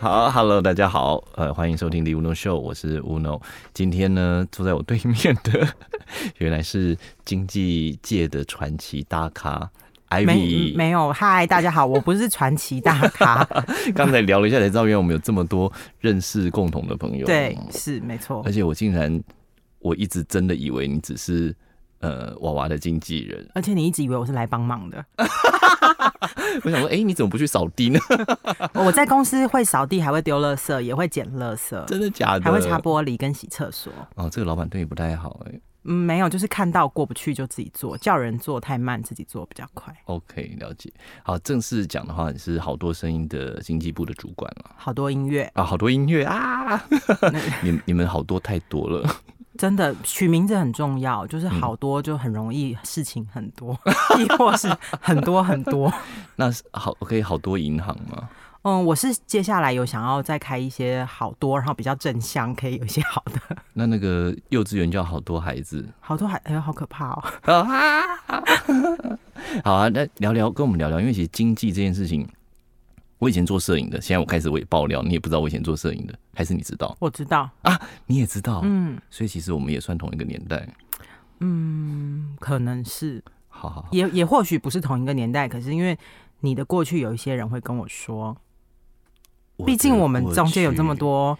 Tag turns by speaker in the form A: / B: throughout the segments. A: 好，Hello，大家好，呃，欢迎收听《The Uno Show》，我是 Uno。今天呢，坐在我对面的 原来是经济界的传奇大咖
B: 没
A: Ivy。
B: 没有，嗨，大家好，我不是传奇大咖，
A: 刚才聊了一下，才知道原来我们有这么多认识共同的朋友。
B: 对，是没错
A: 而，且我竟然我一直真的以为你只是呃娃娃的经纪人，
B: 而且你一直以为我是来帮忙的，
A: 我想说，哎、你怎么不去扫地呢？
B: 我在公司会扫地，还会丢垃圾，也会捡垃圾，
A: 真的假的？
B: 还会擦玻璃跟洗厕所。
A: 哦，这个老板对你不太好哎、
B: 嗯，没有，就是看到过不去就自己做，叫人做太慢，自己做比较快。
A: OK，了解。好，正式讲的话，你是好多声音的经济部的主管了
B: 好多音乐，
A: 啊，好多音乐啊， 你你们好多太多了。
B: 真的取名字很重要，就是
A: 嗯
B: 好多就很容易事情很多， 亦或是很多很多。
A: 那是好，OK，好多银行嘛。
B: 嗯，我是接下来有想要再开一些好多，然后比较正向，可以有一些好的，
A: 那那个幼稚园叫好多孩子
B: 好多还哎呦好可怕哦。
A: 啊， 好啊，那聊聊跟我们聊聊，因为其实经济这件事情，我以前做摄影的，现在我开始我也爆料，你也不知道我以前做摄影的，还是你知道，
B: 我知道，
A: 你也知道，
B: 嗯
A: 所以其实我们也算同一个年代。
B: 嗯，可能是
A: 好好好，
B: 也也或许不是同一个年代，可是因为你的过去有一些人会跟我说，毕竟我们中间有这么多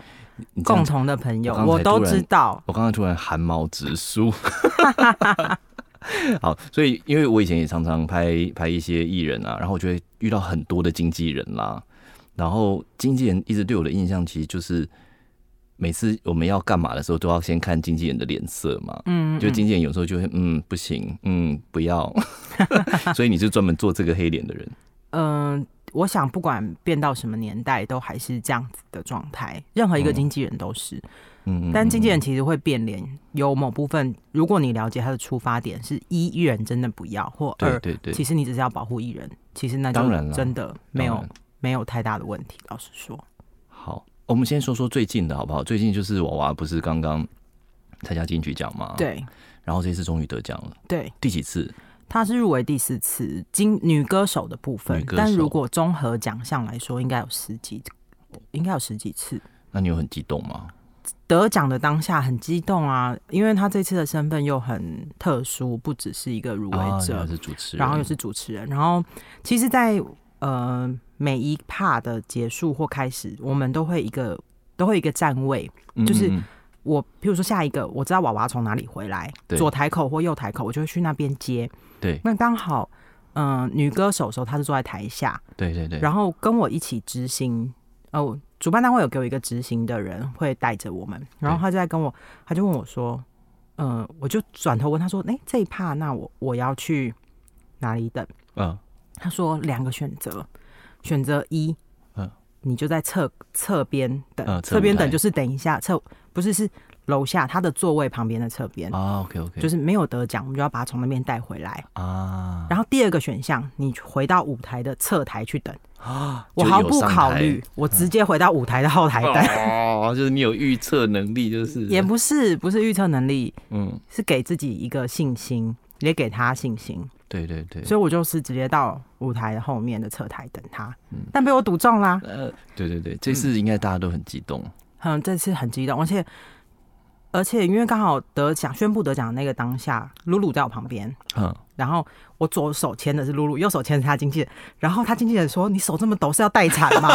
A: 你这样
B: 共同的朋友，
A: 我刚才
B: 我都知道。
A: 我刚刚突然汗毛直竖。 好，所以因为我以前也常常拍拍一些艺人啊，然后我就会遇到很多的经纪人啦。然后经纪人一直对我的印象，其实就是每次我们要干嘛的时候，都要先看经纪人的脸色嘛。
B: 嗯，
A: 就
B: 嗯
A: 经纪人有时候就会嗯不行，嗯不 要，所以你是专门做这个黑脸的人。
B: 嗯、我想不管变到什么年代，都还是这样子的状态。任何一个经纪人都是，
A: 嗯，嗯
B: 但经纪人
A: 嗯
B: 其实会变脸，有某部分，如果你了解他的出发点是一艺人真的不要，或
A: 对
B: 二
A: 对对，
B: 其实你只是要保护艺人，其实那就
A: 当然了
B: 真的没
A: 当
B: 有
A: 然
B: 没有太大的问题。老实说，
A: 好，我们先说说最近的好不好？最近就是娃娃不是刚刚参加金曲奖嘛？。
B: 对
A: 然后这次终于得奖了，
B: 对，
A: 第几次？
B: 她是入围第四次金女歌手的部分
A: 女，歌手
B: 但如果综合奖项来说，应该有十几，应该有十几次。
A: 那你有很激动吗？
B: 得奖的当下很激动啊，因为她这次的身份又很特殊，不只是一个入围
A: 啊，
B: 者，
A: 原来是主持人，
B: 然后又是主持人，然后其实在，呃每一 part 的结束或开始，我们都会一个都会有一个站位。
A: 嗯
B: 就是
A: 嗯
B: 我譬如说下一个，我知道娃娃从哪里回来，
A: 对
B: 左台口或右台口，我就会去那边接。
A: 对
B: 那刚好，嗯、女歌手的时候她是坐在台下，
A: 对对对，
B: 然后跟我一起执行。哦，主办单位有给我一个执行的人会带着我们，然后他就在跟我，他就问我说，嗯、我就转头问他说，哎、这一 part 那我我要去哪里等？
A: 嗯
B: 他说两个选择，选择一，
A: 嗯
B: 你就在侧侧边
A: 嗯
B: 等，
A: 侧
B: 侧边
A: 舞台
B: 等就是等一下，侧不是是楼下他的座位旁边的侧边，
A: 啊，OK OK，
B: 就是是没有得奖，我们就要把他从那边带回来。
A: 啊，
B: 然后第二个选项，你回到舞台的侧台去等，
A: 啊，
B: 我
A: 就
B: 毫
A: 有
B: 不
A: 上
B: 考
A: 台
B: 虑，我直接回到舞台的后台等。
A: 哦，就是你有预测能力，就是
B: 也不是不是预测能力，
A: 嗯，
B: 是给自己一个信心，也给他信心。
A: 对对对，
B: 所以我就是直接到舞台的后面的侧台等他，
A: 嗯
B: 但被我赌中啦。
A: 呃，对对对，这次应该大家都很激动，
B: 嗯，这次很激动，而且而且因为刚好得奖宣布得奖的那个当下，露露在我旁边，
A: 嗯，
B: 然后我左手牵的是露露，右手牵着她经纪人，然后她经纪人说：“你手这么抖是要待产吗？”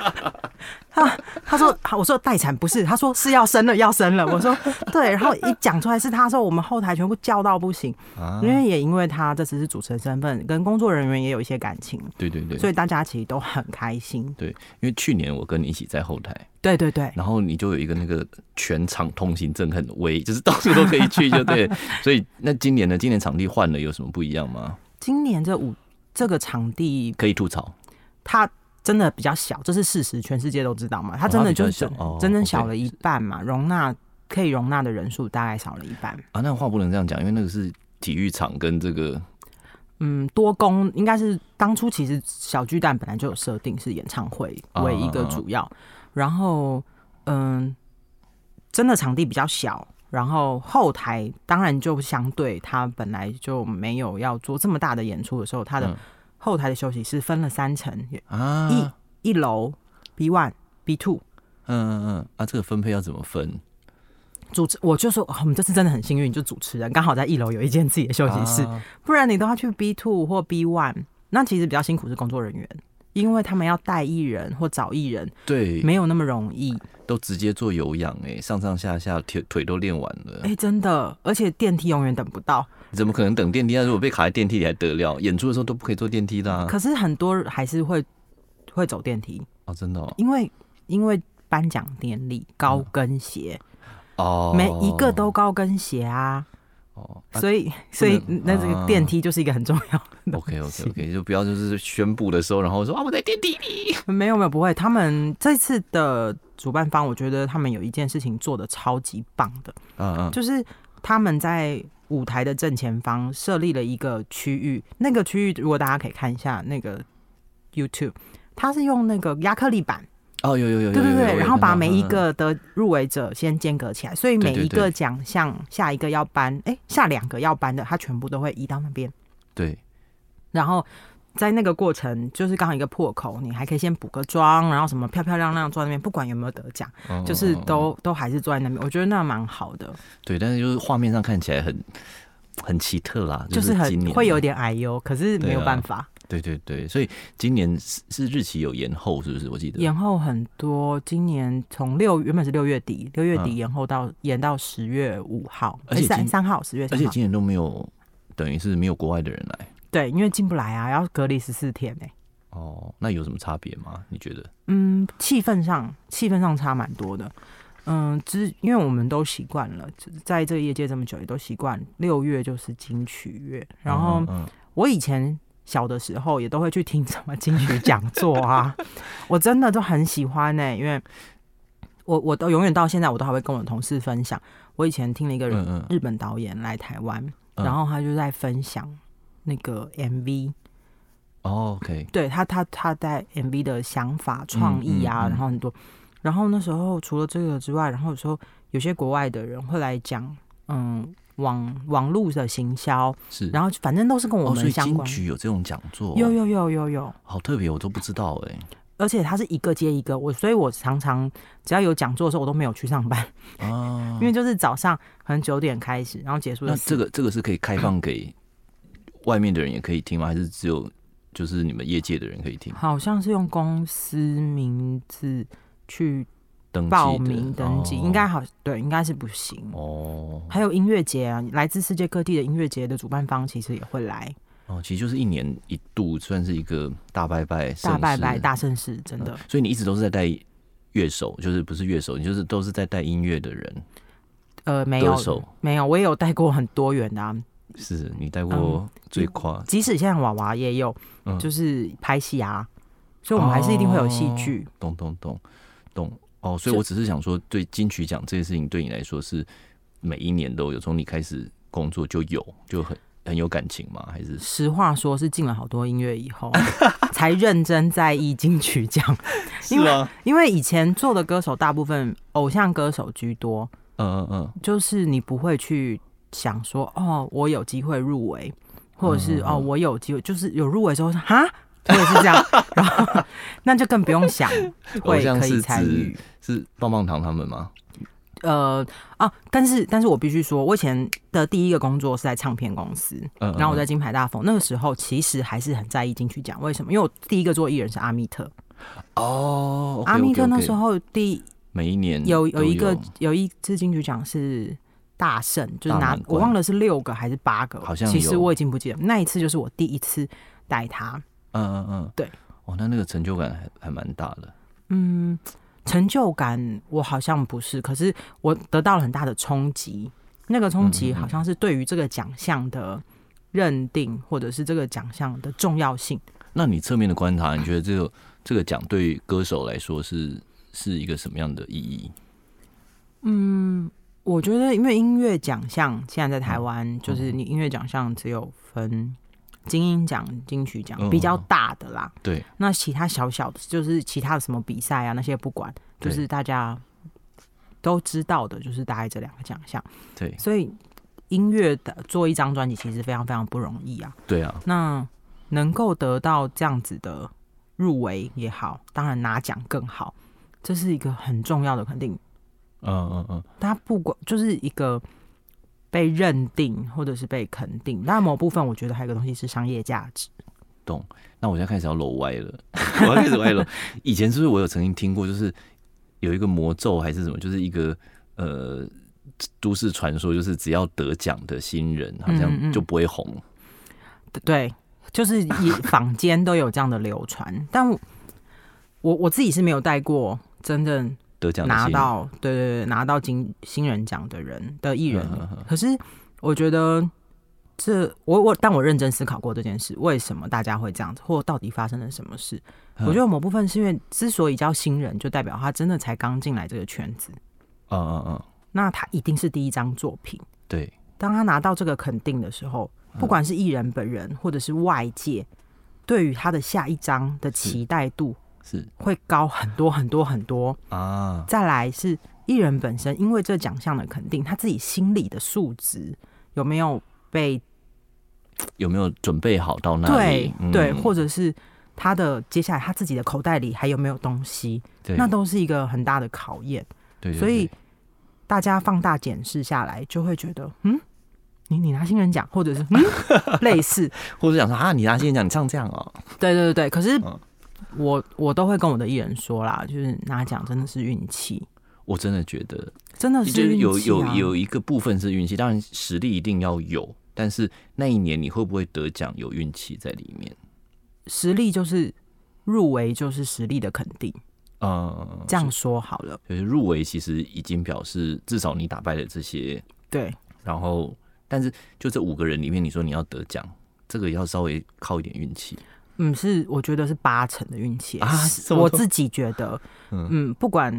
B: 他他说：“啊我说待产不是，他说是要生了，要生了。”我说：“对。”然后一讲出来是他的时候，我们后台全部叫到不行，
A: 啊
B: 因为也因为他这次是主持人身份，跟工作人员也有一些感情，
A: 对对对，
B: 所以大家其实都很开心。
A: 对，因为去年我跟你一起在后台，
B: 对对对，
A: 然后你就有一个那个全场通行证很威，就是到处都可以去，就对。所以那今年呢？今年场地换了，有什么不一样吗？
B: 今年这五这个场地
A: 可以吐槽
B: 它真的比较小，这是事实，全世界都知道嘛。它真的就是
A: 它比较小哦
B: 真正
A: OK
B: 小了一半嘛，容纳可以容纳的人数大概少了一半。
A: 啊，那话不能这样讲，因为那个是体育场跟这个
B: 嗯，多功应该是当初其实小巨蛋本来就有设定是演唱会为一个主要，然后嗯，真的场地比较小。然后后台当然就相对它本来就没有要做这么大的演出的时候，它的
A: 嗯
B: 后台的休息室分了三层，
A: 啊，
B: 一一楼 B one、B two
A: 嗯嗯，啊，这个分配要怎么分？
B: 主持，我就说哦我们这次真的很幸运，就主持人刚好在一楼有一间自己的休息室，
A: 啊
B: 不然你都要去 B two 或 B one，那其实比较辛苦是工作人员，因为他们要带艺人或找艺人，
A: 对，
B: 没有那么容易。
A: 都直接做有氧哎、上上下下腿腿都练完了
B: 哎、，真的，而且电梯永远等不到。
A: 怎么可能等电梯啊？如果被卡在电梯里还得了？演出的时候都不可以坐电梯的啊！
B: 可是很多还是会会走电梯，
A: 哦，真的哦，
B: 因为因为颁奖典礼高跟鞋，
A: 哦
B: 每一个都高跟鞋啊，
A: 哦
B: 所以所以
A: 不能
B: 那这个电梯就是一个很重要 的。
A: ，OK OK OK，就不要就是宣布的时候，然后说啊我在电梯里，
B: 没有没有不会，他们这次的主办方，我觉得他们有一件事情做的超级棒的，
A: 嗯嗯，
B: 就是他们在舞台的正前方设立了一个区域，那个区域如果大家可以看一下那个 YouTube，它是用那个亚克力板，
A: 哦有有有有，
B: 对对
A: 有
B: 对，然后把每一，
A: 有有有有有有有有
B: 个的入围者先间隔起来，所以
A: 对
B: 每
A: 对
B: 一
A: 对
B: 个奖项下一个要颁，哎，下两个要颁的，它全部都会移到那边，
A: 对，
B: 然后。在那个过程，就是刚好一个破口，你还可以先补个妆，然后什么漂漂亮亮坐在那边，不管有没有得奖，
A: 哦
B: 就是
A: 哦哦
B: 都都还是坐在那边，我觉得那蛮好的。
A: 对，但是就是画面上看起来很很奇特啦，
B: 就是
A: 今
B: 很
A: 年
B: 会有点矮哟，可是没有
A: 对啊
B: 办法，
A: 对对对，所以今年是是日期有延后，是不是？我记得
B: 延后很多。今年从六原本是六月底，六月底
A: 嗯
B: 延后到、延到十月五号，哎
A: 而且
B: 三
A: 今
B: 三号十月
A: 而
B: 三
A: 且
B: 号，
A: 今年都没有，等于是没有国外的人来
B: 对，因为进不来啊，要隔离十四天呢、
A: 哦，那有什么差别吗？你觉得？
B: 嗯，气氛上气氛上差蛮多的。嗯，之因为我们都习惯了，在这个业界这么久也都习惯，六月就是金曲月，然后。
A: 嗯嗯
B: 我以前小的时候也都会去听什么金曲讲座啊， 我真的都很喜欢呢、因为我我都永远到现在我都还会跟我的同事分享，我以前听了一个人、
A: 嗯嗯
B: 日本导演来台湾，
A: 嗯
B: 然后他就在分享那个 MV，
A: 哦，OK，
B: 对他他他在 MV 的想法创意
A: 嗯
B: 啊，
A: 嗯
B: 然后很多，然后那时候除了这个之外，然后有时候有些国外的人会来讲，嗯。网网络的行销，
A: 是。
B: 然
A: 后
B: 后反正都是跟我
A: 哦，所
B: 们
A: 以
B: 相
A: 金
B: 关。
A: 曲有这种讲座，
B: 有，有有有有，
A: 好特别，我都不知道哎、
B: 而且它是一个接一个，我所以我常常只要有讲座的时候，我都没有去上班，
A: 啊，
B: 因为就是早上可能九点开始，然后结束
A: 那
B: 了。
A: 这个这个是可以开放 给外面的人也可以听吗？还是只有就是你们业界的人可以听？
B: 好像是用公司名字去
A: 登记
B: 报
A: 的
B: 名登记，
A: 哦
B: 应该好对，应该是不行。
A: 哦
B: 还有音乐节啊，来自世界各地的音乐节的主办方其实也会来，
A: 哦，其实就是一年一度，算是一个大拜拜盛
B: 大拜拜、
A: 世
B: 大盛世，真的。
A: 所以你一直都是在带乐手，就是不是乐手，你就是都是在带音乐的人，
B: 呃，没
A: 歌
B: 有
A: 手
B: 没有，我也有带过很多元的、啊，
A: 是你带
B: 嗯
A: 过最夸，
B: 即使现在娃娃也有，
A: 嗯
B: 就是拍戏啊，所以我们还是一定会有戏
A: 哦
B: 剧。
A: 懂懂懂懂哦。所以我只是想说，对金曲奖这件事情对你来说是每一年都有，从你开始工作就有，就很很有感情吗？还是
B: 实话说，是啊进了好多音乐以后， 才认真在意金曲奖。因为
A: 吗？
B: 因为以前做的歌手大部分偶像歌手居多，
A: 嗯嗯嗯，
B: 就是你不会去想说，哦，我有机会入围，或者是、
A: 嗯嗯嗯
B: 哦，我有机会，就是有入围之后说，哈，我也是这样，然后那就更不 用想
A: 偶
B: 会
A: 像
B: 可以
A: 是
B: 参与
A: 指。是棒棒糖他们吗？
B: 呃啊，但是但是我必须说，我以前的第一个工作是在唱片公司，
A: 嗯，嗯
B: 然后我在金牌大风那个时候，其实还是很在意金曲奖。为什么？因为我第一个做艺人是阿密特，
A: 哦，
B: 阿密特那时
A: OK，OK，OK，
B: 候第
A: 每一年
B: 有
A: 嗯都有
B: 一个有一次金曲奖是大胜，就是
A: 大
B: 拿
A: 满贯
B: 我忘了是六个还是八个，
A: 好像
B: 其实
A: 有
B: 我已经不记得。那一次就是我第一次带他，
A: 嗯嗯嗯，
B: 对。
A: 哦，那那个成就感还还蛮大的。
B: 嗯，成就感我好像不是，可是我得到了很大的冲击。那个冲
A: 嗯
B: 击
A: 嗯嗯
B: 好像是对于这个奖项的认定，或者是这个奖项的重要性。
A: 那你侧面的观察，你觉得这个这个奖对歌手来说是是一个什么样的意义？
B: 我觉得，因为音乐奖项现在
A: 嗯
B: 在台湾，就是你音乐奖项只有分金音奖、金曲奖
A: 嗯
B: 比较大的啦。
A: 对，
B: 那其他小小的，就是其他的什么比赛啊那些不管，就
A: 对
B: 是大家都知道的，就是大概这两个奖项。
A: 对，
B: 所以音乐的做一张专辑其实非常非常不容易啊。
A: 对啊，
B: 那能够得到这样子的入围也好，当然拿奖更好，这是一个很重要的肯定。
A: 嗯嗯嗯，
B: 他不管就是一个被认定或者是被肯定，那某部分我觉得还有一个东西是商业价值。
A: 懂。那我现在开始要搂歪了， 我要开始歪了。以前是不是我有曾经听过，就是有一个魔咒还是什么，就是一个呃都市传说，就是只要得奖的新人好
B: 嗯
A: 像
B: 嗯
A: 就不会红。
B: 对，就 是也坊间都有这样的流传，但我我我自己是没有带过真正
A: 得奖的
B: 拿
A: 新人
B: 到对对对拿到金新人奖的人的艺人，
A: 嗯嗯嗯
B: 可是我觉得这我我但我认真思考过这件事，为什么大家会这样子，或到底发生了什么事？
A: 嗯
B: 我觉得某部分是因为之所以叫新人，就代表他真的才刚进来这个圈子，
A: 嗯嗯嗯，
B: 那他一定是第一张作品。
A: 对，
B: 当他拿到这个肯定的时候，
A: 嗯
B: 不管是艺人本人或者是外界，对于他的下一张的期待度
A: 是
B: 会高很多很多很多。
A: 啊，
B: 再来是艺人本身，因为这奖项的肯定，他自己心里的素质有没有被
A: 有没有准备好到那
B: 对
A: 里？嗯
B: 对，或者是他的接下来他自己的口袋里还有没有东西，
A: 对
B: 那都是一个很大的考验。
A: 对，对
B: 所以
A: 对
B: 大家放大检视下来，就会觉得，嗯，你你拿新人奖，或者是嗯 类似，
A: 或者想说啊，你拿先讲，你唱这样哦，
B: 对对对对。可是
A: 嗯
B: 我我都会跟我的艺人说啦，就是拿奖真的是运气，
A: 我真的觉得
B: 真的
A: 就是是
B: 运气、啊、
A: 有有有一个部分是运气，当然实力一定要有，但是那一年你会不会得奖有运气在里面？
B: 实力就是入围就是实力的肯定，
A: 嗯，
B: 这样说好了，
A: 哦就是入围其实已经表示至少你打败了这些，
B: 对
A: 然后但是就这五个人里面，你说你要得奖，这个要稍微靠一点运气。
B: 嗯，是我觉得是八成的运气
A: 啊
B: 是
A: 这么多
B: 我自己觉得，
A: 嗯
B: 嗯，不管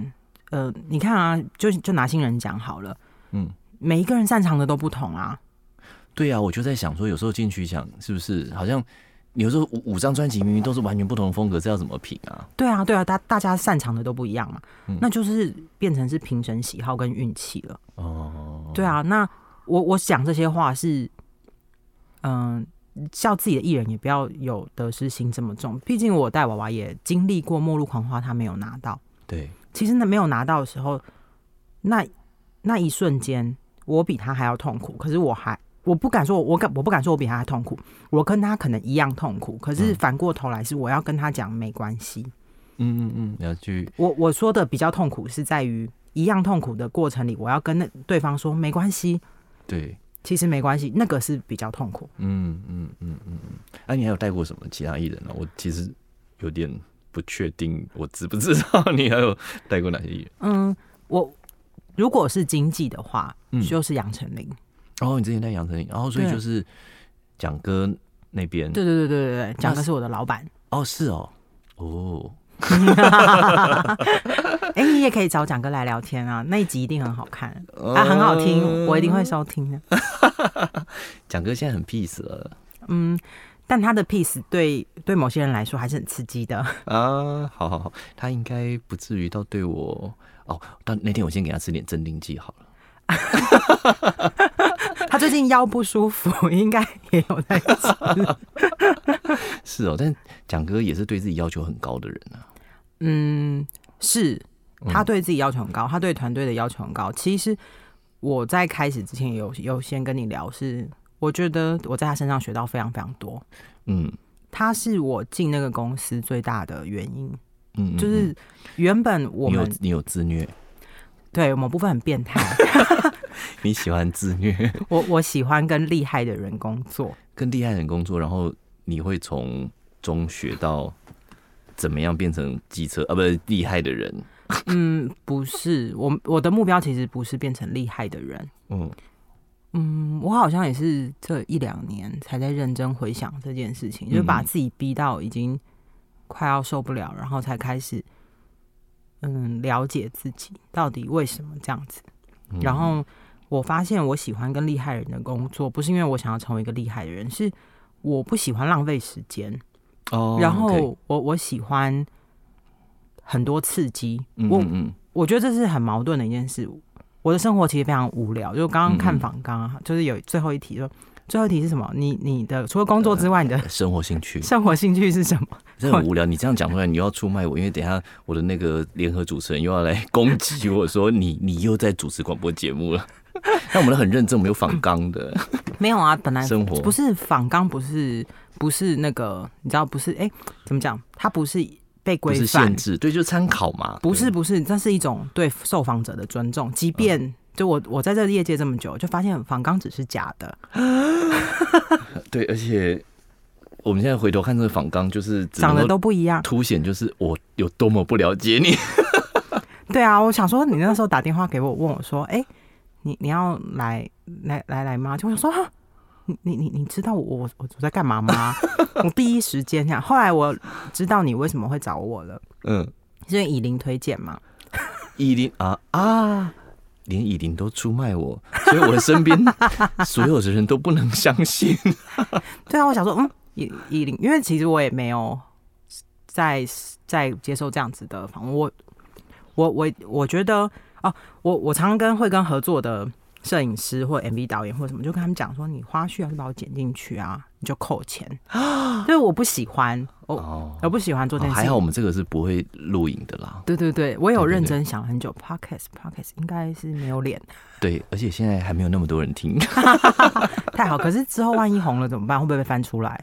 B: 呃，你看啊，就就拿新人奖好了，
A: 嗯，
B: 每一个人擅长的都不同啊，
A: 对啊，我就在想说，有时候进去想是不是好像有时候五五张专辑明明都是完全不同的风格，这要怎么评啊？
B: 对啊对啊，大大家擅长的都不一样嘛，
A: 嗯
B: 那就是变成是评审喜好跟运气了。
A: 哦，
B: 对啊，那我我讲这些话是，嗯、叫自己的艺人也不要有得失心这么重。毕竟我带娃娃也经历过《末路狂花》，他没有拿到。
A: 对，
B: 其实那没有拿到的时候，那那一瞬间，我比他还要痛苦。可是我还我不敢说，我敢我不敢说我比他还痛苦。我跟他可能一样痛苦，可是反过头来是我要跟他讲没关系。
A: 嗯嗯嗯，你要去
B: 我我说的比较痛苦是在于一样痛苦的过程里，我要跟那对方说没关系，
A: 对，
B: 其实没关系，那个是比较痛苦。
A: 嗯嗯嗯嗯嗯。啊，你还有带过什么其他艺人呢、我其实有点不确定，我知不知道你还有带过哪些艺人？
B: 嗯，我如果是经济的话，
A: 嗯
B: 就是杨丞琳。
A: 哦，你之前带杨丞琳，然、后所以
B: 对
A: 就是蒋哥那边，
B: 对对对对对对，蒋
A: 那
B: 哥
A: 是
B: 是我的老板。
A: 哦，是哦，哦，
B: 哎、你也可以找蒋哥来聊天啊，那一集一定很好看
A: 哦
B: 啊，很好听，我一定会收听的。
A: 蒋哥现在很 peace 了
B: 嗯，但他的 piece 对对某些人来说还是很刺激的。
A: 啊，好好好，他应该不至于到对我哦，但那天我先给他吃点镇定剂好了。
B: 他最近腰不舒服，应该也有在吃。
A: 是哦，但蒋哥也是对自己要求很高的人啊。
B: 嗯，是
A: 嗯
B: 他对自己要求很高，他对团队的要求很高。其实我在开始之前也有有先跟你聊是，我觉得我在他身上学到非常非常多。
A: 嗯
B: 他是我进那个公司最大的原因，
A: 嗯，嗯
B: 就
A: 嗯
B: 是原本我
A: 你有
B: 们
A: 你有自虐，
B: 对某部分很 变态，
A: 你喜欢自虐。
B: 我我喜欢跟厉害的人工作。
A: 跟厉害人工作，然后你会从中学到怎么样变成机车啊，不是厉害的人。
B: 嗯，不是我我的目标其实不是变成厉害的人。
A: 嗯，
B: 嗯，我好像也是这一两年才在认真回想这件事情，就
A: 嗯
B: 把自己逼到已经快要受不了，然后才开始嗯了解自己到底为什么这样子。
A: 嗯
B: 然后我发现我喜欢跟厉害人的工作，不是因为我想要成为一个厉害的人，是我不喜欢浪费时间，
A: 哦，
B: 然
A: OK，
B: 后我我喜欢很多刺激。
A: 嗯
B: 我
A: 嗯嗯，
B: 我觉得这是很矛盾的一件事。我的生活其实非常无聊，就刚
A: 嗯嗯
B: 刚看访刚啊，就是有最后一题说，最后一题是什么？你你的除了工作之外，你的
A: 嗯生活兴趣
B: 生活兴趣是什么？
A: 真的很无聊。你这样讲出来，你又要出卖我，因为等一下我的那个联合主持人又要来攻击我说你 你又在主持广播节目了。 那我们很认真，我们有仿纲的。
B: 没有啊，本来
A: 生活
B: 不是仿纲，不是不是那个，你知道不是？哎、怎么讲？它不是被
A: 不
B: 规
A: 是
B: 范
A: 限，制，对，就参考嘛。
B: 不是不是，这是一种对受访者的尊重。即便、
A: 嗯
B: 就我我在这个业界这么久，就发现仿纲只是假的，
A: 对，对而且我们现在回头看这个仿纲，就是只能
B: 长
A: 够
B: 得都不一样。
A: 凸显，就是我有多么不了解你。
B: 对啊，我想说你那时候打电话给我，问我说，哎、你你要来来来来吗？就我想说。啊你你你你知道我我我在干嘛吗？我第一时间想，后来我知道你为什么会找我了，
A: 嗯，
B: 是因为以琳推荐嘛。
A: 以琳啊啊，连以琳都出卖我，所以我身边 所有的人都不能相信。
B: 对啊，我想说，嗯，以以零，因为其实我也没有在在接受这样子的访问。我我我我觉得哦，我我常跟会跟合作的摄影师或 MV 导演或什么，就跟他们讲说，你花絮要啊是把我剪进去啊，你就扣 钱。对，我不喜欢，我、
A: 哦，
B: 我不喜欢做这件事
A: 还
B: 情。
A: 好我们这个是不会录影的啦。
B: 对对对，我有
A: 对对
B: 认
A: 对
B: 真想了很久。Podcast Podcast 应该是没有脸，
A: 对，而且现在还没有那么多人听。
B: 太好。可是之后万一红了怎么办？会不会被翻出来？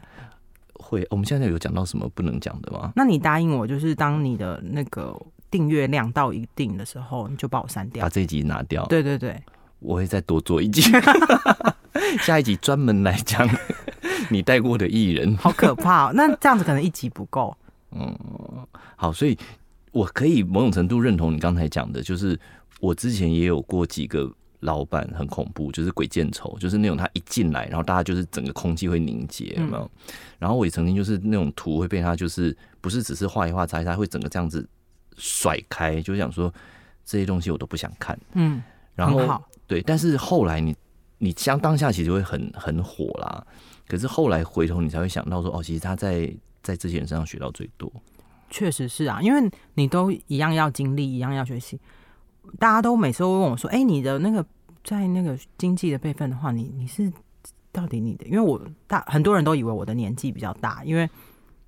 A: 会，我们现在有讲到什么不能讲的吗？
B: 那你答应我，就是当你的那个订阅量到一定的时候，你就把我删掉
A: 把。这一集拿掉，
B: 对对对，
A: 我会再多做一 集，下一集专门来讲 你带过的艺人。
B: 好可 怕、哦！那这样子可能一集不够。
A: 好，所以我可以某种程度认同你刚才讲的，就是我之前也有过几个老板很恐怖，就是鬼见愁，就是那种他一进来，然后大家就是整个空气会凝结，
B: 嗯
A: 有没有？然后我也曾经就是那种图会被他就是不是只是画一画擦一擦，会整个这样子甩开，就想说这些东西我都不想看。
B: 嗯，
A: 然后
B: 很好
A: 对，但是后来你你相当下其实会很很火啦，可是后来回头你才会想到说，哦，其实他在在这些人身上学到最多。
B: 确实是啊，因为你都一样要经历，一样要学习。大家都每次都会问我说：“哎、你的那个在那个经济的辈分的话，你你是到底你的？”因为我大很多人都以为我的年纪比较大，因为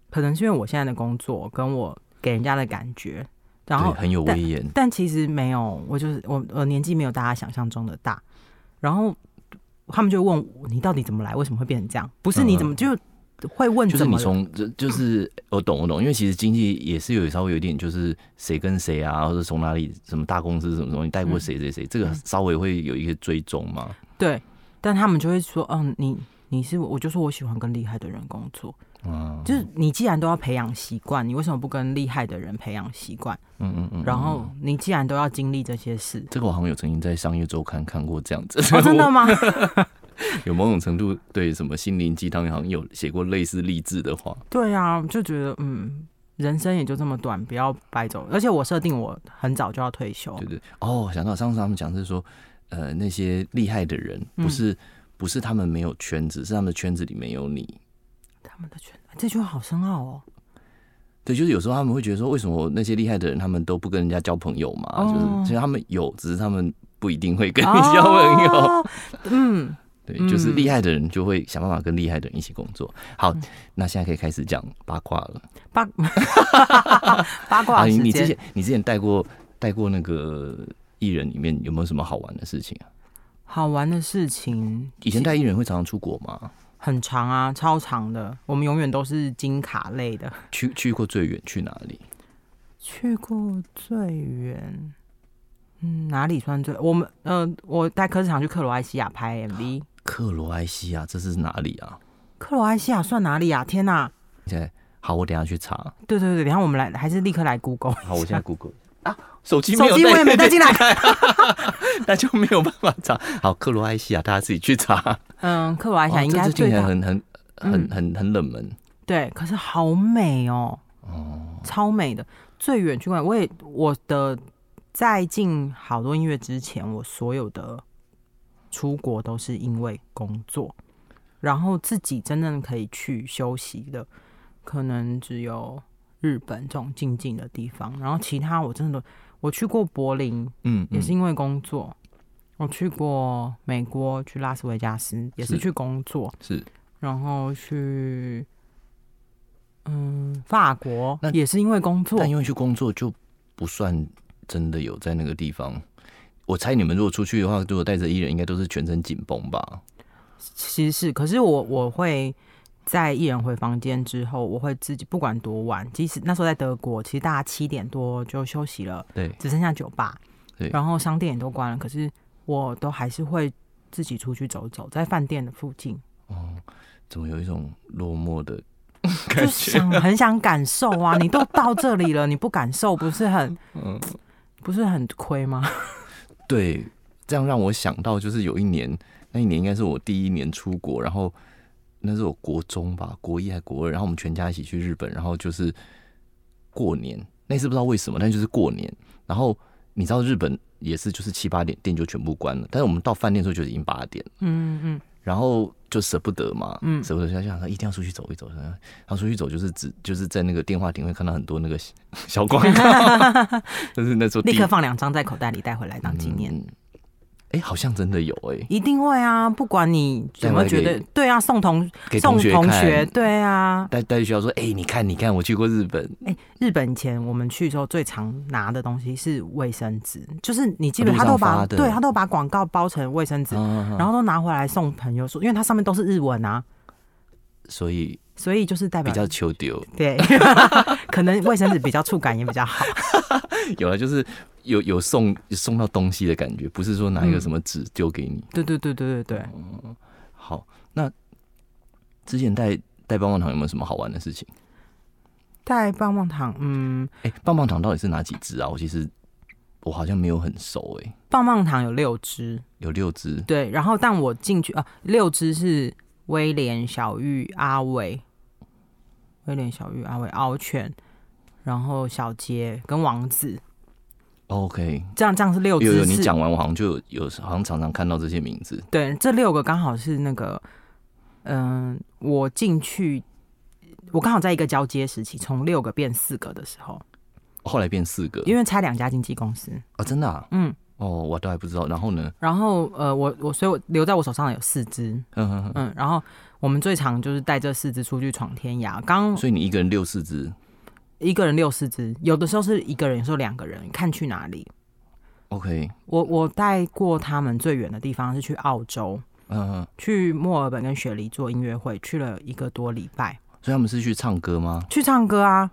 B: 可能是因为我现在的工作跟我给人家的感觉，然后
A: 对，很有威严。
B: 但其实没有，我就是我，我年纪没有大家想象中的大。然后他们就问我你到底怎么来，为什么会变成这样？不是你怎么、就会问
A: 嗯就是
B: 怎
A: 你
B: 么
A: 从就就是我懂我懂，因为其实经济也是有稍微有一点就是谁跟谁啊，或者从哪里什么大公司什么什么，你带
B: 嗯
A: 过谁谁谁，这个稍微会有一个追踪嘛。
B: 对，但他们就会说，嗯，你你是我就说我喜欢跟厉害的人工作，
A: 嗯
B: 就是你既然都要培养习惯，你为什么不跟厉害的人培养习惯？
A: 嗯嗯嗯，，
B: 然后你既然都要经历这些事
A: 这个我好像有曾经在商业周刊看过这样子，
B: 哦，真的吗？
A: 有某种程度对什么心灵鸡汤好像有写过类似励志的话。
B: 对啊，就觉得嗯。人生也就这么短，不要白走。而且我设定我很早就要退休，
A: 对对哦，想到上次他们讲是说，呃，那些厉害的人
B: 嗯
A: 不是、不是他们没有圈子，是他们的圈子里面有你。
B: 他们的圈，这句话好深奥哦。
A: 对，就是有时候他们会觉得说，为什么那些厉害的人他们都不跟人家交朋友嘛？
B: 哦
A: 就是其实他们有，只是他们不一定会跟你交朋友。
B: 哦嗯，
A: 对，
B: 嗯
A: 就是厉害的人就会想办法跟厉害的人一起工作。好，
B: 嗯
A: 那现在可以开始讲八卦了。啊
B: 八 八卦
A: 你
B: 时
A: 你之
B: 间
A: 前你之前带过带过那个艺人里面有没有什么好玩的事情啊？
B: 好玩的事情
A: 以前带艺人会常常出国吗？
B: 很长啊，超长的。我们永远都是金卡类的。
A: 去去过最远去哪里？
B: 去过最远，嗯，哪里算最？我们呃，我带科市场去克罗埃西亚拍 MV。
A: 克罗埃西亚，这是哪里啊？
B: 克罗埃西亚算哪里啊？天哪、
A: 现在好，我等一下去查。
B: 对对对，等一下我们来，还是立刻来 Google
A: 好，我现在 Google 啊，手机没
B: 手
A: 有
B: 机我也没带进来。
A: 那就没有办法查。好，克罗埃西亚大家自己去查。
B: 嗯，克罗埃西亚应
A: 哦
B: 该
A: 这这听
B: 最
A: 起来
B: 大嗯
A: 很很很很很冷门。
B: 对，可是好美哦，超美的。最远去看，我也我的在进好多音乐之前，我所有的出国都是因为工作，然后自己真正可以去休息的，可能只有日本这种静静的地方，然后其他我真的我去过柏林，
A: 嗯，
B: 也是因为工作。我去过美国，去拉斯维加斯，也是
A: 是
B: 去工作，
A: 是
B: 然后去嗯法国
A: 那，
B: 也是因为工作
A: 但。因为去工作就不算真的有在那个地方。我猜你们如果出去的话，如果带着艺人，应该都是全身紧绷吧？
B: 其实是，可是我我会在一人回房间之后，我会自己不管多晚，即使那时候在德国，其实大家七点多就休息了，
A: 对，
B: 只剩下酒吧
A: 对，
B: 然后商店也都关了，可是我都还是会自己出去走走，在饭店的附近，
A: 哦，怎么有一种落寞的
B: 就
A: 感觉？
B: 想很想感受啊！你都到这里了，你不感受不是很
A: 嗯，
B: 不是很亏吗？
A: 对，这样让我想到，就是有一年，那一年应该是我第一年出国，然后那是我国中吧，国一还国二，然后我们全家一起去日本，然后就是过年，那次不知道为什么，但就是过年，然后你知道日本也是就是七八点店就全部关了，但是我们到饭店的时候就已经八点了，
B: 嗯嗯，
A: 然后就舍不得嘛，
B: 嗯
A: 舍不得就想说哎一定要出去走一走，然后出去走就是只就是在那个电话亭会看到很多那个小小广告，就是那时候第
B: 立
A: 一
B: 刻放两张在口袋里带回来当纪念。
A: 嗯哎、好像真的有哎、
B: 一定会啊，不管你有没有觉
A: 带回
B: 得，对啊，送同
A: 给
B: 送
A: 同学
B: 同
A: 看
B: 学，对啊，
A: 带带去学校说，哎、你看，你看，我去过日本，
B: 日本以前我们去的时候最常拿的东西是卫生纸，就是你基
A: 哦
B: 本
A: 路
B: 他
A: 上
B: 都
A: 发
B: 把
A: 的
B: 对他都把广告包成卫生纸，
A: 啊
B: 然后都拿回来送朋友说，因为它上面都是日文啊，
A: 所以
B: 所以就是代
A: 比
B: 表
A: 较求丢。
B: 对，可能卫生纸比较触感也比较好。
A: 有了，就是有有送送到东西的感觉，不是说
B: 嗯
A: 拿一个什么纸丢给你。
B: 对对对对对对，
A: 好，那之前带带棒棒糖有没有什么好玩的事情？
B: 带棒棒糖，嗯，
A: 哎、棒棒糖到底是哪几只啊？我其实我好像没有很熟哎、
B: 棒棒糖有六支，
A: 有六只。
B: 对，然后但我进去啊，六支是威廉、小玉、阿伟、威廉、小玉、阿伟、敖犬，然后小杰跟王子，
A: OK，
B: 这样这样是六
A: 有有，
B: 支
A: 你
B: 是。
A: 讲完我好像就有有，好像常常看到这些名字。
B: 对，这六个刚好是那个，嗯、我进去，我刚好在一个交接时期，从六个变四个的时候，
A: 后来变四个，
B: 因为拆两家经纪公司，
A: 啊，真的、啊、
B: 嗯，
A: 哦，我都还不知道。然后呢，
B: 然后呃，我我所以我留在我手上的有四只，
A: 嗯嗯嗯
B: 嗯，然后我们最常就是带这四只出去闯天涯，刚
A: 所以你一个人六四只，
B: 一个人六四只，有的时候是一个人，有时候两个人，看去哪里。
A: OK，
B: 我我带过他们最远的地方是去澳洲，
A: 嗯、
B: 去墨尔本跟雪梨做音乐会，去了一个多礼拜，
A: 所以他们是去唱歌吗
B: 去唱歌啊，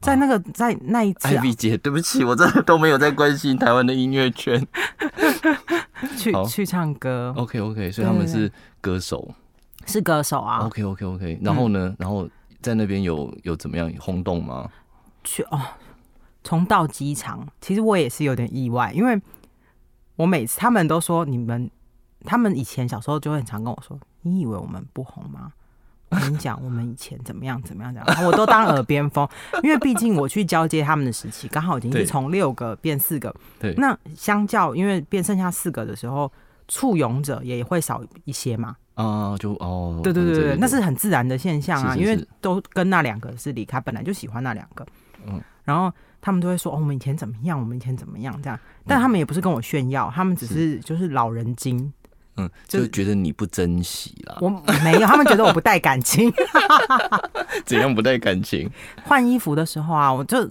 B: 在那个在那一次、啊、
A: ？Ivy 姐，对不起，我真的都没有在关心台湾的音乐圈。
B: 去
A: 好哦
B: 去唱歌，
A: OK OK，所以他们是歌手。
B: 是歌手啊，嗯
A: OK OK OK，然后呢，然后在那边有有怎么样轰动吗？
B: 去哦，从到机场，其实我也是有点意外，因为我每次他们都说你们，他们以前小时候就会很常跟我说，你以为我们不红吗？我跟你讲，我们以前怎么样怎么样怎么样，我都当耳边风，因为毕竟我去交接他们的时期，刚好已经
A: 对
B: 是从六个变四个，
A: 对
B: 那相较因为变剩下四个的时候，簇拥者也会少一些嘛，
A: 啊，就哦，
B: 对对对
A: 这
B: 对
A: 个
B: 对，那是很自然的现象啊，
A: 是是
B: 因
A: 是
B: 为都跟那两个是离开，本来就喜欢那两个，
A: 嗯
B: 嗯，然后他们都会说、哦、我们以前怎么样，我们以前怎么样这样，
A: 嗯
B: 但他们也不是跟我炫耀，他们只是就是老人精，
A: 嗯，
B: 就
A: 就觉得你不珍惜啦，
B: 我没有，他们觉得我不带 感情。
A: 怎样不带感情？
B: 换衣服的时候啊，我就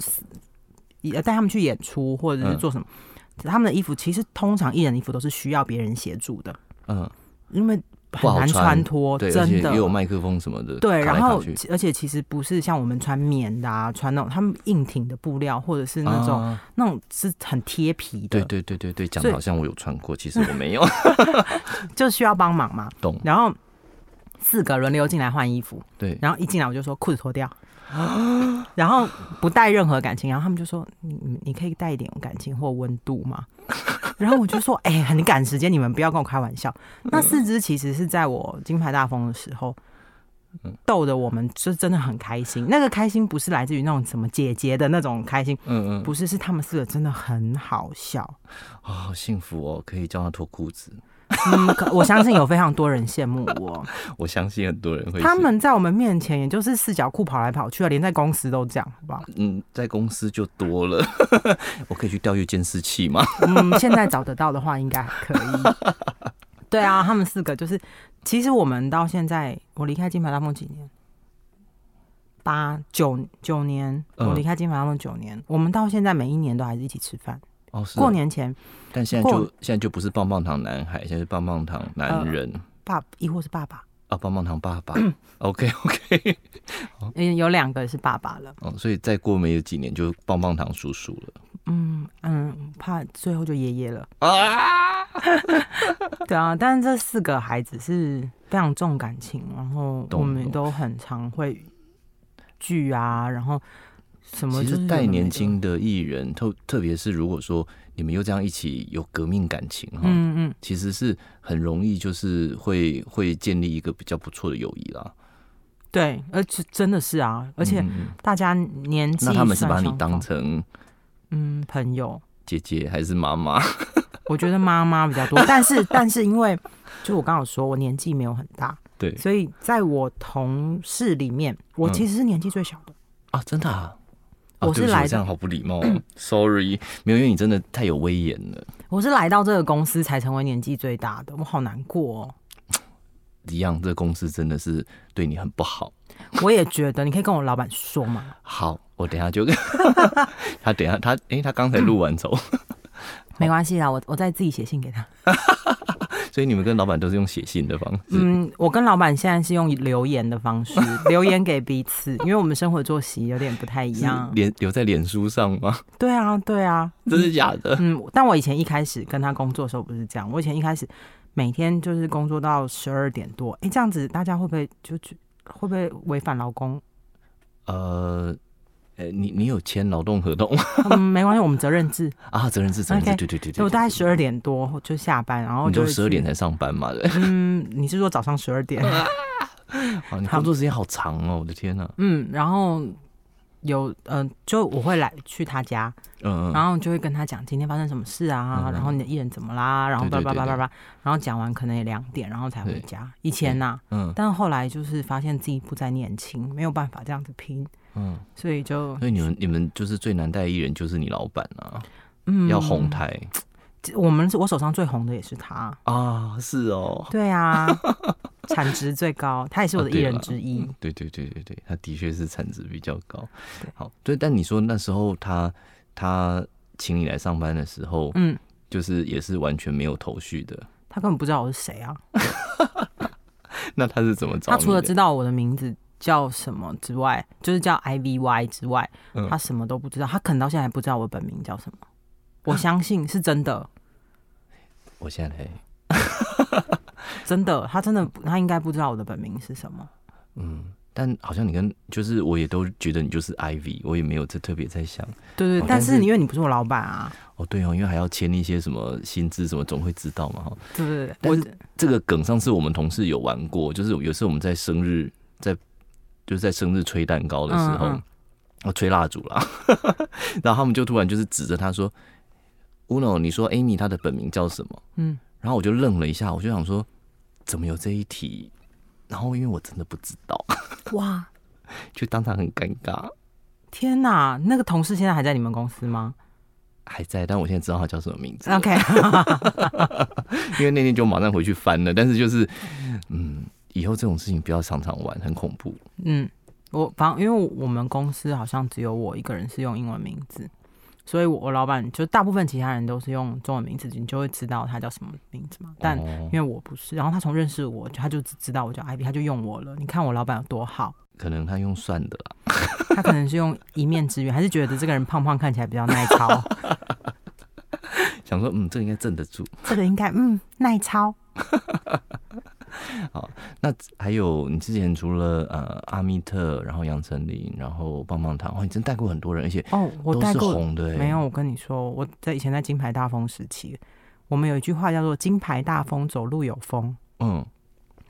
B: 也带他们去演出或者是做什么，
A: 嗯
B: 他们的衣服其实通常艺人衣服都是需要别人协助的，
A: 嗯，
B: 因为
A: 不
B: 很
A: 好
B: 难
A: 穿
B: 穿脱，
A: 对，而且
B: 真的
A: 也有麦克风什么的，
B: 对，
A: 卡来
B: 然后
A: 卡去
B: 其而且其实不是像我们穿棉的啊，穿那种他们硬挺的布料，或者是那种、
A: 啊
B: 那种是很贴皮的，
A: 对对对对对，讲
B: 所
A: 的
B: 以
A: 好像我有穿过， 其实我没有。
B: 就需要帮忙嘛。
A: 懂
B: 然后四个轮流进来换衣服，
A: 对，
B: 然后一进来我就说裤子脱掉，然后不带任何感情，然后他们就说你你你可以带一点感情或温度嘛。然后我就说，哎、很赶时间，你们不要跟我开玩笑。那四肢其实是在我金牌大风的时候
A: 嗯，
B: 逗得我们就真的很开心。那个开心不是来自于那种什么姐姐的那种开心，
A: 嗯嗯，
B: 不是，是他们四个真的很好笑。
A: 啊，好幸福哦，可以叫他脱裤子。
B: 嗯，可我相信有非常多人羡慕我。
A: 我相信很多人会
B: 他们在我们面前，也就是四脚裤跑来跑去啊，连在公司都这样，好不好？
A: 嗯，在公司就多了。 我可以去调阅监视器吗？
B: 嗯，现在找得到的话，应该还可以。 对啊，他们四个就是，其实我们到现在，我离开金牌大梦几年？八九九年，
A: 嗯
B: 我离开金牌大梦九年，我们到现在每一年都还是一起吃饭。
A: 哦，是啊
B: 过，年前，
A: 但现在就
B: 过
A: 现在就不是棒棒糖男孩，现在是棒棒糖男人、
B: 爸亦或是爸爸，
A: 啊，棒棒糖爸 爸。OK OK，
B: 嗯，有两个是爸爸了。
A: 哦，所以再过没有几年就棒棒糖叔叔了
B: 嗯嗯，怕最后就爷爷了。
A: 啊，
B: 对啊，但是这四个孩子是非常重感情，然后
A: 懂
B: 我们
A: 懂
B: 都很常会聚啊，然后什么
A: 其
B: 就是
A: 实
B: 有
A: 带
B: 的没
A: 年
B: 的，
A: 轻的艺人，特特别是如果说你们又这样一起有革命感情哈，
B: 嗯嗯，
A: 其实是很容易就是会会建立一个比较不错的友谊啦。
B: 对，而且真的是啊，而且
A: 嗯嗯嗯
B: 大家年纪、
A: 那他们是把你
B: 相
A: 当
B: 仿
A: 成
B: 嗯朋友，
A: 姐姐还是妈妈？
B: 我觉得妈妈比较多，但是但是因为就我刚好说我年纪没有很大，
A: 对
B: 所以在我同事里面，我
A: 嗯
B: 其实是年纪最小的。
A: 啊，真的啊。
B: 我
A: 哦对不
B: 是
A: 起
B: 来
A: 我这
B: 的
A: 样好不礼貌、哦，sorry，没有，因为你真的太有威严了，
B: 我是来到这个公司才成为年纪最大的，我好难过哦。
A: 一样，这个公司真的是对你很不好。
B: 我也觉得，你可以跟我老板说嘛。
A: 好，我等一下 就，他等一下他，诶，他刚才录完走，
B: 没关系啦，我我再自己写信给他。
A: 所以你们跟老板都是用写信的方式，
B: 嗯，我跟老板现在是用留言的方式 留言给彼此，因为我们生活作息有点不太一
A: 是
B: 样。
A: 脸留在脸书上吗？
B: 对啊，对啊，
A: 真是假的？
B: 嗯，但我以前一开始跟他工作的时候不是这样，我以前一开始每天就是工作到十二点多，哎、这样子大家会不会就就会不会违反劳工？
A: 呃，呃，你你有签劳动合同吗
B: 嗯，没关系，我们责 任制。
A: 啊？责任制，责任制
B: OK，
A: 对对对
B: 所以
A: 对
B: 我大
A: 对。
B: 概十二点多就下班，然后
A: 你
B: 就
A: 就
B: 会
A: 十二
B: 去
A: 点。才上班嘛？ 对，
B: 嗯，你是说早上十二点？
A: 啊，你
B: 好
A: 工作时间好长哦，我的天呐、
B: 嗯，然后有嗯、呃就我会来去他家，
A: 嗯嗯，
B: 然后就会跟他讲今天发生什么事啊，
A: 嗯
B: 然后你的艺人怎么啦，然后
A: 对
B: 叭
A: 对
B: 叭叭
A: 对
B: 叭
A: 对
B: 叭，然后讲完可能也两点，然后才回
A: 对
B: 家。以前呐、
A: 嗯
B: 但后来就是发现自己不再年轻，没有办法这样子拼，
A: 嗯，
B: 所以就
A: 所以你们你们就是最难带的艺人就是你老板啊，
B: 嗯
A: 要哄。抬
B: 我们是我手上最红的也是 他，
A: 啊，是哦，
B: 对啊，产值最高，他也是
A: 啊
B: 我的艺
A: 对
B: 人
A: 了
B: 之一。
A: 对对对对对，他的确是产值比较高
B: 对。
A: 好，对，但你说那时候他他请你来上班的时候，
B: 嗯，
A: 就是也是完全没有头绪的，
B: 他根本不知道我是谁啊，
A: 那他是怎么找
B: 他
A: 你的？
B: 除了知道我的名字叫什么之外，就是叫 I V Y 之外，
A: 嗯啊
B: 他什么都不知道，他可能到现在还不知道我本名叫什么。我相信是真的，
A: 我现在来
B: 真的，他真的不他应该不知道我的本名是什么。
A: 嗯，但好像你跟就是我也都觉得你就是 IV，我也没有这特别在想
B: 对对，
A: 哦
B: 但
A: 但
B: 是
A: 是
B: 你因为你不是我老板啊，
A: 哦，对哦，因为还要签一些什么薪资什么，总会知道嘛哈。
B: 对对对，
A: 但
B: 我
A: 是这个梗上次我们同事有玩过，就是有时候我们在生日在就是在生日吹蛋糕的时候，
B: 嗯嗯
A: 哦吹蜡烛啦， 然后他们就突然就是指着他说：“Uno，你说 Amy 她的本名叫什么？”
B: 嗯，
A: 然后我就愣了一下，我就想说怎么有这一题，然后因为我真的不知道，
B: 哇，
A: 就当场很尴尬。
B: 天哪，那个同事现在还在你们公司吗
A: 还在，但我现在知道他叫什么名字了，
B: ？OK，
A: 因为那天就马上回去翻了。但是就是，嗯，以后这种事情不要常常玩，很恐怖。
B: 嗯，我反因为我们公司好像只有我一个人是用英文名字，所以我我老板就大部分其他人都是用中文名字，你就会知道他叫什么名字嘛。但
A: 哦
B: 因为我不是，然后他从认识我，他就只知道我叫 Ivy，他就用我了。你看我老板有多好，
A: 可能他用算的啦，
B: 他可能是用一面之缘，还是觉得这个人胖胖看起来比较耐操，
A: 想说嗯，这个应该镇得住。
B: 这个应该嗯耐操。
A: 那还有你之前除了呃阿密特，然后杨丞琳，然后棒棒糖，哇，哦你真带过很多人，而且
B: 哦，我
A: 都
B: 带
A: 是
B: 过
A: 红的、欸，
B: 没有，我跟你说，我在以前在金牌大风时期，我们有一句话叫做“金牌大风走路有风”。
A: 嗯，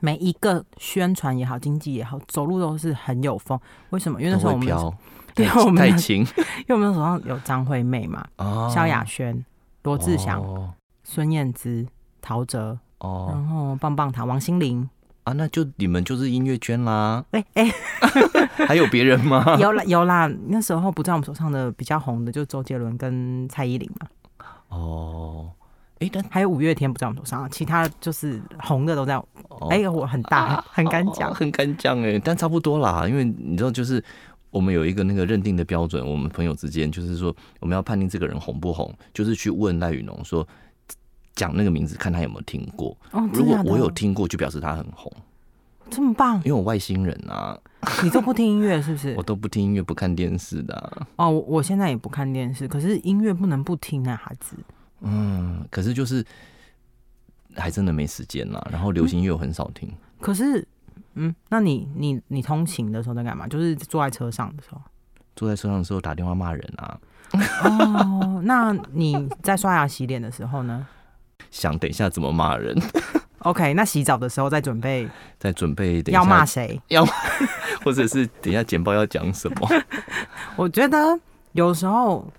B: 每一个宣传也好，经济也好，走路都是很有风。为什么？因为
A: 都
B: 那时候
A: 会
B: 我们，
A: 飘，
B: 因为我们
A: 太
B: 那
A: 轻
B: 因为我们那时候有张惠妹嘛、
A: 啊，
B: 萧亚轩、罗志祥、
A: 哦
B: 孙燕姿、陶喆、
A: 哦
B: 然后棒棒糖、王心凌，
A: 啊，那就你们就是音乐圈啦，
B: 哎 哎、
A: 还有别人吗？
B: 有啦有啦，那时候不在我们手上的比较红的就是周杰伦跟蔡依林嘛，
A: 哦，哎、但
B: 还有五月天不在我们手上，其他就是红的都在。
A: 哦
B: 哎、我很大，很敢讲
A: 哦，很敢讲哎、但差不多啦，因为你知道，就是我们有一个那个认定的标准，我们朋友之间就是说，我们要判定这个人红不红，就是去问赖雨农说，讲那个名字看他有没有听过，
B: 哦，
A: 如
B: 真
A: 果
B: 的假的
A: 我有听过，就表示他很红，
B: 这么棒，
A: 因为我外星人啊，
B: 你都不听音乐是不是
A: 我？都不听音乐、不看电视的啊、
B: 哦，我我现在也不看电视，可是音乐不能不听啊，孩子。
A: 嗯，可是就是还真的没时间啦，然后流行音乐我很少听。
B: 可是，嗯，那你你你通勤的时候在干嘛？就是坐在车上的时候。
A: 坐在车上的时候打电话骂人啊，
B: 哦，那你在刷牙洗脸的时候呢
A: 想等一下怎么骂人，
B: ？OK，那洗澡的时候再准备
A: 在准备等一
B: 要骂
A: 下，
B: 谁？
A: 或者是等一下简报要讲什么。
B: 我觉得有时候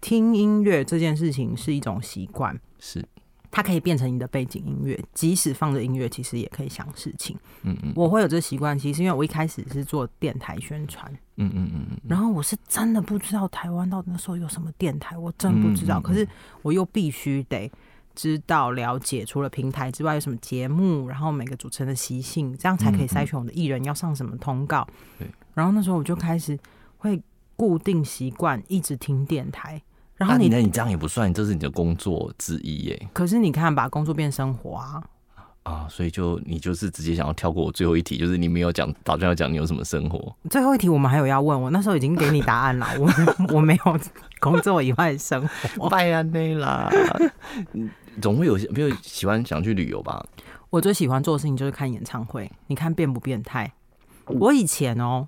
B: 听音乐这件事情是一种习惯，
A: 是，
B: 它可以变成你的背景音乐，即使放着音乐，其实也可以想事情。
A: 嗯嗯
B: 我会有这习惯，其实因为我一开始是做电台宣传，
A: 嗯嗯嗯嗯，
B: 然后我是真的不知道台湾到底那时候有什么电台，我真不知道。
A: 嗯嗯嗯
B: 可是我又必须得知道了解，除了平台之外有什么节目，然后每个主持人的习性，这样才可以筛选我的艺人要上什么通告。
A: 嗯对
B: 然后那时候我就开始会固定习惯一直听电台。然后
A: 啊
B: 你，
A: 那你这样也不算，这是你的工作之一耶
B: 可是你看，把工作变生活啊，
A: 啊，所以就你就是直接想要跳过我最后一题，就是你没有讲，打算要讲你有什么生 活。
B: 最后一题我们还有要问，我那时候已经给你答案了，我 我没有工作以外的生活，
A: 拜安内 啦，总会有些，比如喜欢想去旅游吧，
B: 我最喜欢做的事情就是看演唱会，你看变不变态？我以前哦，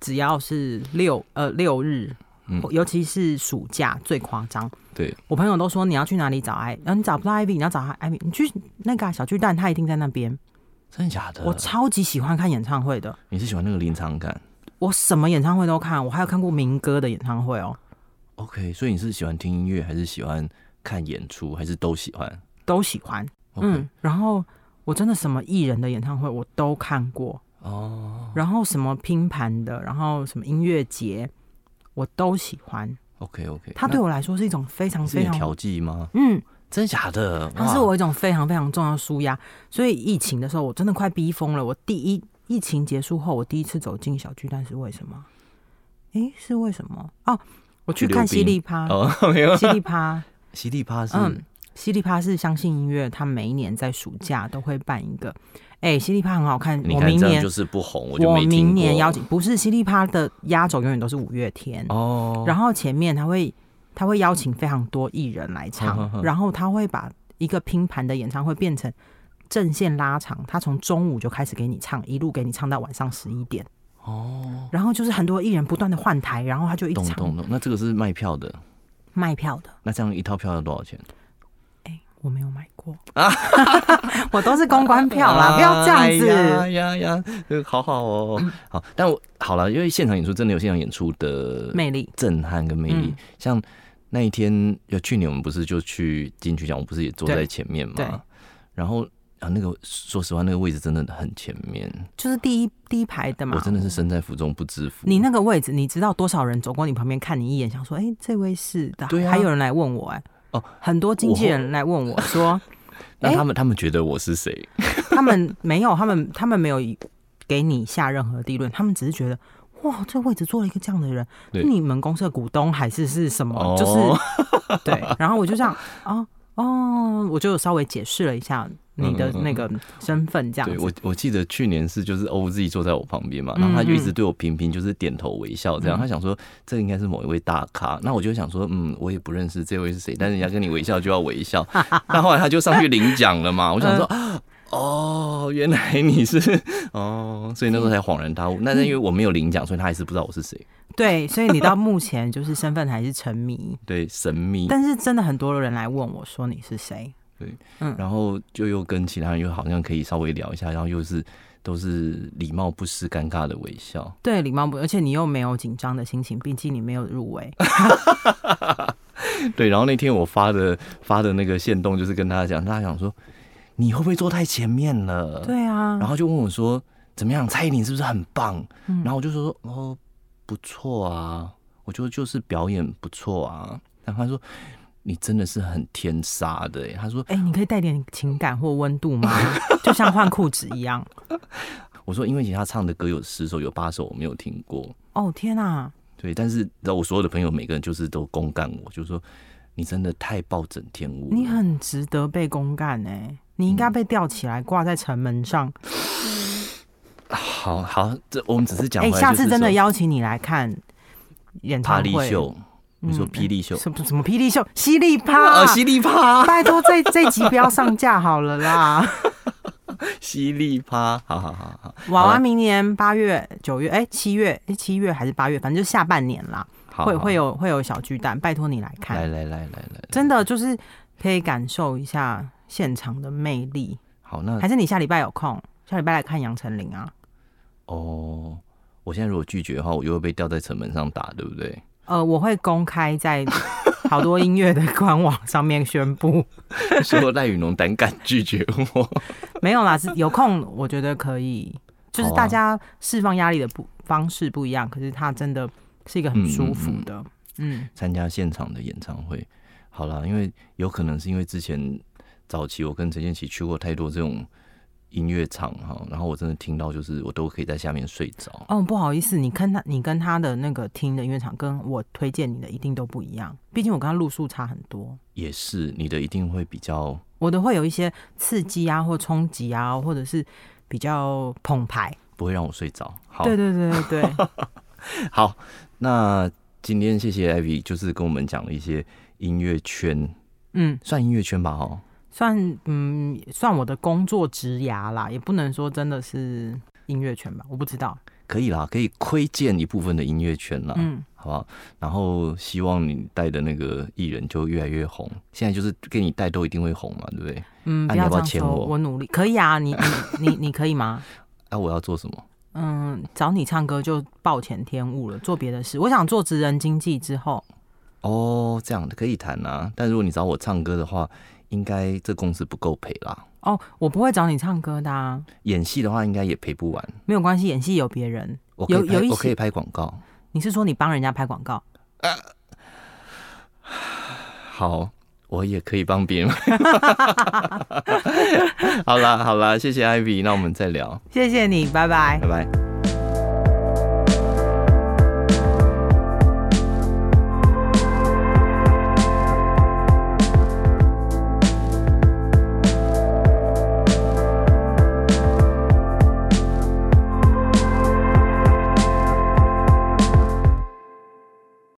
B: 只要是六呃六日
A: 嗯，
B: 尤其是暑假最夸张，
A: 对，
B: 我朋友都说你要去哪里找艾，呃你找不到艾比，你要找艾比，你去那个啊、小巨蛋，他一定在那边。
A: 真的假的？
B: 我超级喜欢看演唱会的，
A: 你是喜欢那个临场感
B: 我什么演唱会都看，我还有看过民歌的演唱会哦，
A: ？OK，所以你是喜欢听音乐，还是喜欢看演出，还是都喜欢
B: 都喜欢。
A: ？OK，
B: 嗯，然后我真的什么艺人的演唱会我都看过，
A: 哦
B: 然后什么拼盘的，然后什么音乐节，我都喜欢。
A: ，OK OK，
B: 它对我来说是一种非常
A: 是
B: 非
A: 你的
B: 常，
A: 调剂吗？
B: 嗯，
A: 真的假的？
B: 它
A: 哇
B: 是我一种非常非常重要的舒压。所以疫情的时候，我真的快逼疯了。我第一疫情结束后，我第一次走进小巨蛋是为什么？诶，是为什么？哦，我去
A: 去溜
B: 看犀
A: 冰
B: 利趴，
A: 哦， 没有
B: 犀利趴，
A: 犀利趴 是
B: 嗯，犀利趴是相信音乐，它每一年在暑假都会办一个。诶，犀利趴很好看，
A: 你
B: 我
A: 看
B: 明
A: 这样
B: 年
A: 就是不红，我就
B: 我
A: 没
B: 明
A: 听过
B: 年邀请，不是犀利趴的压轴永远都是五月天，
A: 哦，
B: 然后前面他会他会邀请非常多艺人来唱，
A: 哼哼哼
B: 然后他会把一个拼盘的演唱会变成阵线拉长，他从中午就开始给你唱，一路给你唱到晚上十一点，
A: 哦，
B: 然后就是很多艺人不断的换台，然后他就一直
A: 懂
B: 唱
A: 懂懂，那这个是卖票的，
B: 卖票的。
A: 那这样一套票要多少钱？
B: 我没有买 过， 我都是公关票啦，不要这样子。嗯
A: 哎呀呀呀，呃好好哦，好，但我好了，因为现场演出真的有现场演出的
B: 魅力，
A: 震撼跟魅力
B: 嗯，
A: 像那一天，就去年我们不是就去金曲奖，我不是也坐
B: 对
A: 在前面
B: 对
A: 嘛，然后。啊，那个说实话，那个位置真的很前面，
B: 就是第一第一排的嘛。
A: 我真的是身在福中不知福。
B: 嗯你那个位置，你知道多少人走过你旁边看你一眼，想说：“哎、这位是的。
A: 对啊
B: 还有人来问我、哎，
A: 哦，
B: 很多经纪人来问我说，
A: 那他们他们觉得我是谁？
B: 他们没有，他们他们没有给你下任何定论，他们只是觉得。哇，这位置坐了一个这样的人，
A: 对
B: 你们公司的股东还是是什么？
A: 哦
B: 就 是对，然后我就这样，哦哦，我就稍微解释了一下你的
A: 嗯嗯嗯
B: 那个身份，这样
A: 对
B: 子。嗯
A: 我我记得去年是就是 OZ 坐在我旁边嘛，然后他就一直对我频频就是点头微笑这样，他想说这应该是某一位大咖，那我就想说嗯我也不认识这位是谁，但是人家跟你微笑就要微 笑，那后来他就上去领奖了嘛，我想说。
B: 嗯
A: 啊哦，原来你是哦，所以那时候才恍然大悟。那是因为我没有领奖，所以他还是不知道我是谁。
B: 对，所以你到目前就是身份还是沉 迷，
A: 对，神秘。
B: 但是真的很多人来问我说你是谁，
A: 然后就又跟其他人又好像可以稍微聊一下，然后又是都是礼貌不失尴尬的微笑。
B: 对，礼貌不，而且你又没有紧张的心情，毕竟你没有入围。
A: 对，然后那天我发的发的那个线动就是跟大家讲，大家想说你会不会坐太前面了？
B: 对啊，
A: 然后就问我说怎么样，蔡依林是不是很棒？
B: 嗯
A: 然后我就说哦不错啊，我就就是表演不错啊。但他说你真的是很天杀的、欸，他说
B: 哎、你可以带点情感或温度吗？ 就像换裤子一样。
A: 我说因为其实他唱的歌有十首，有八首我没有听过，
B: 哦天啊，
A: 对，但是你知道我所有的朋友每个人就是都公干我，就说你真的太暴殄天物了，
B: 你很值得被公干哎、你应该被吊起来挂在城门上。
A: 好好，这我们只嗯是讲
B: 哎、
A: 回来，
B: 下次真的
A: 要
B: 邀请你来看演
A: 帕
B: 唱
A: 力
B: 会。
A: 秀，你说霹雳秀，
B: 嗯什么什么霹 雳秀、犀利趴
A: 啊，？犀利趴，
B: 拜托，这这集不要上架好了啦！
A: 犀利趴，好好好好
B: 娃
A: 好
B: 娃
A: 了
B: 明年八月、九月，哎、七月，哎，七月还是八月，反正就下半年啦，
A: 好，
B: 会
A: 好
B: 会有会有小巨蛋，拜托你来看，
A: 来来来来来，
B: 真的就是可以感受一下现场的魅力。
A: 好那
B: 还是你下礼拜有空，下礼拜来看杨丞琳啊？
A: 哦，我现在如果拒绝的话，我又会被吊在城门上打，对不对？
B: 呃，我会公开在好多音乐的官网上面宣布，
A: 说赖雨农胆敢拒绝我，
B: 没有啦，是有空我觉得可以，就是
A: 好啊
B: 大家释放压力的不方式不一样，可是它真的是一个
A: 嗯
B: 很舒服的，嗯
A: 参加现场的演唱会。好啦，因为有可能是因为之前早期我跟陈建奇去过太多这种音乐场哈，然后我真的听到就是我都可以在下面睡着。
B: 哦，不好意思，你跟他，你跟他的那个听的音乐场，跟我推荐你的一定都不一样。毕竟我跟他路数差很多，
A: 也是你的一定会比较
B: 我的会有一些刺激啊，或冲击啊，或者是比较澎湃。
A: 不会让我睡着。好，
B: 对对对对对，
A: 好，那今天谢谢 Ivy，就是跟我们讲了一些音乐圈，
B: 嗯，
A: 算音乐圈吧哈。
B: 算嗯算我的工作职涯啦，也不能说真的是音乐圈吧，我不知道。
A: 可以啦，可以窥见一部分的音乐圈啦，
B: 嗯，
A: 好不好？然后希望你带的那个艺人就越来越红。现在就是给你带都一定会红嘛，对不对？
B: 嗯，
A: 那
B: 不
A: 你要
B: 要
A: 不要
B: 这样
A: 签
B: 说，
A: 我
B: 我努力可以啊，你你你你可以吗？
A: 啊，我要做什么？
B: 嗯，找你唱歌就暴殄天物了，做别的事。我想做职人经济之后，
A: 哦，这样的可以谈啊。但如果你找我唱歌的话，应该这公司不够赔啦。
B: 哦，我不会找你唱歌的、啊，
A: 演戏的话，应该也赔不完。
B: 没有关系，演戏有别人。
A: 我可以
B: 有
A: 拍
B: 有一
A: 我可以
B: 些
A: 拍广告。
B: 你是说你帮人家拍广告？
A: 好，我也可以帮别人。 好啦好啦，谢谢 Ivy，那我们再聊，
B: 谢谢你，拜拜
A: 拜。拜。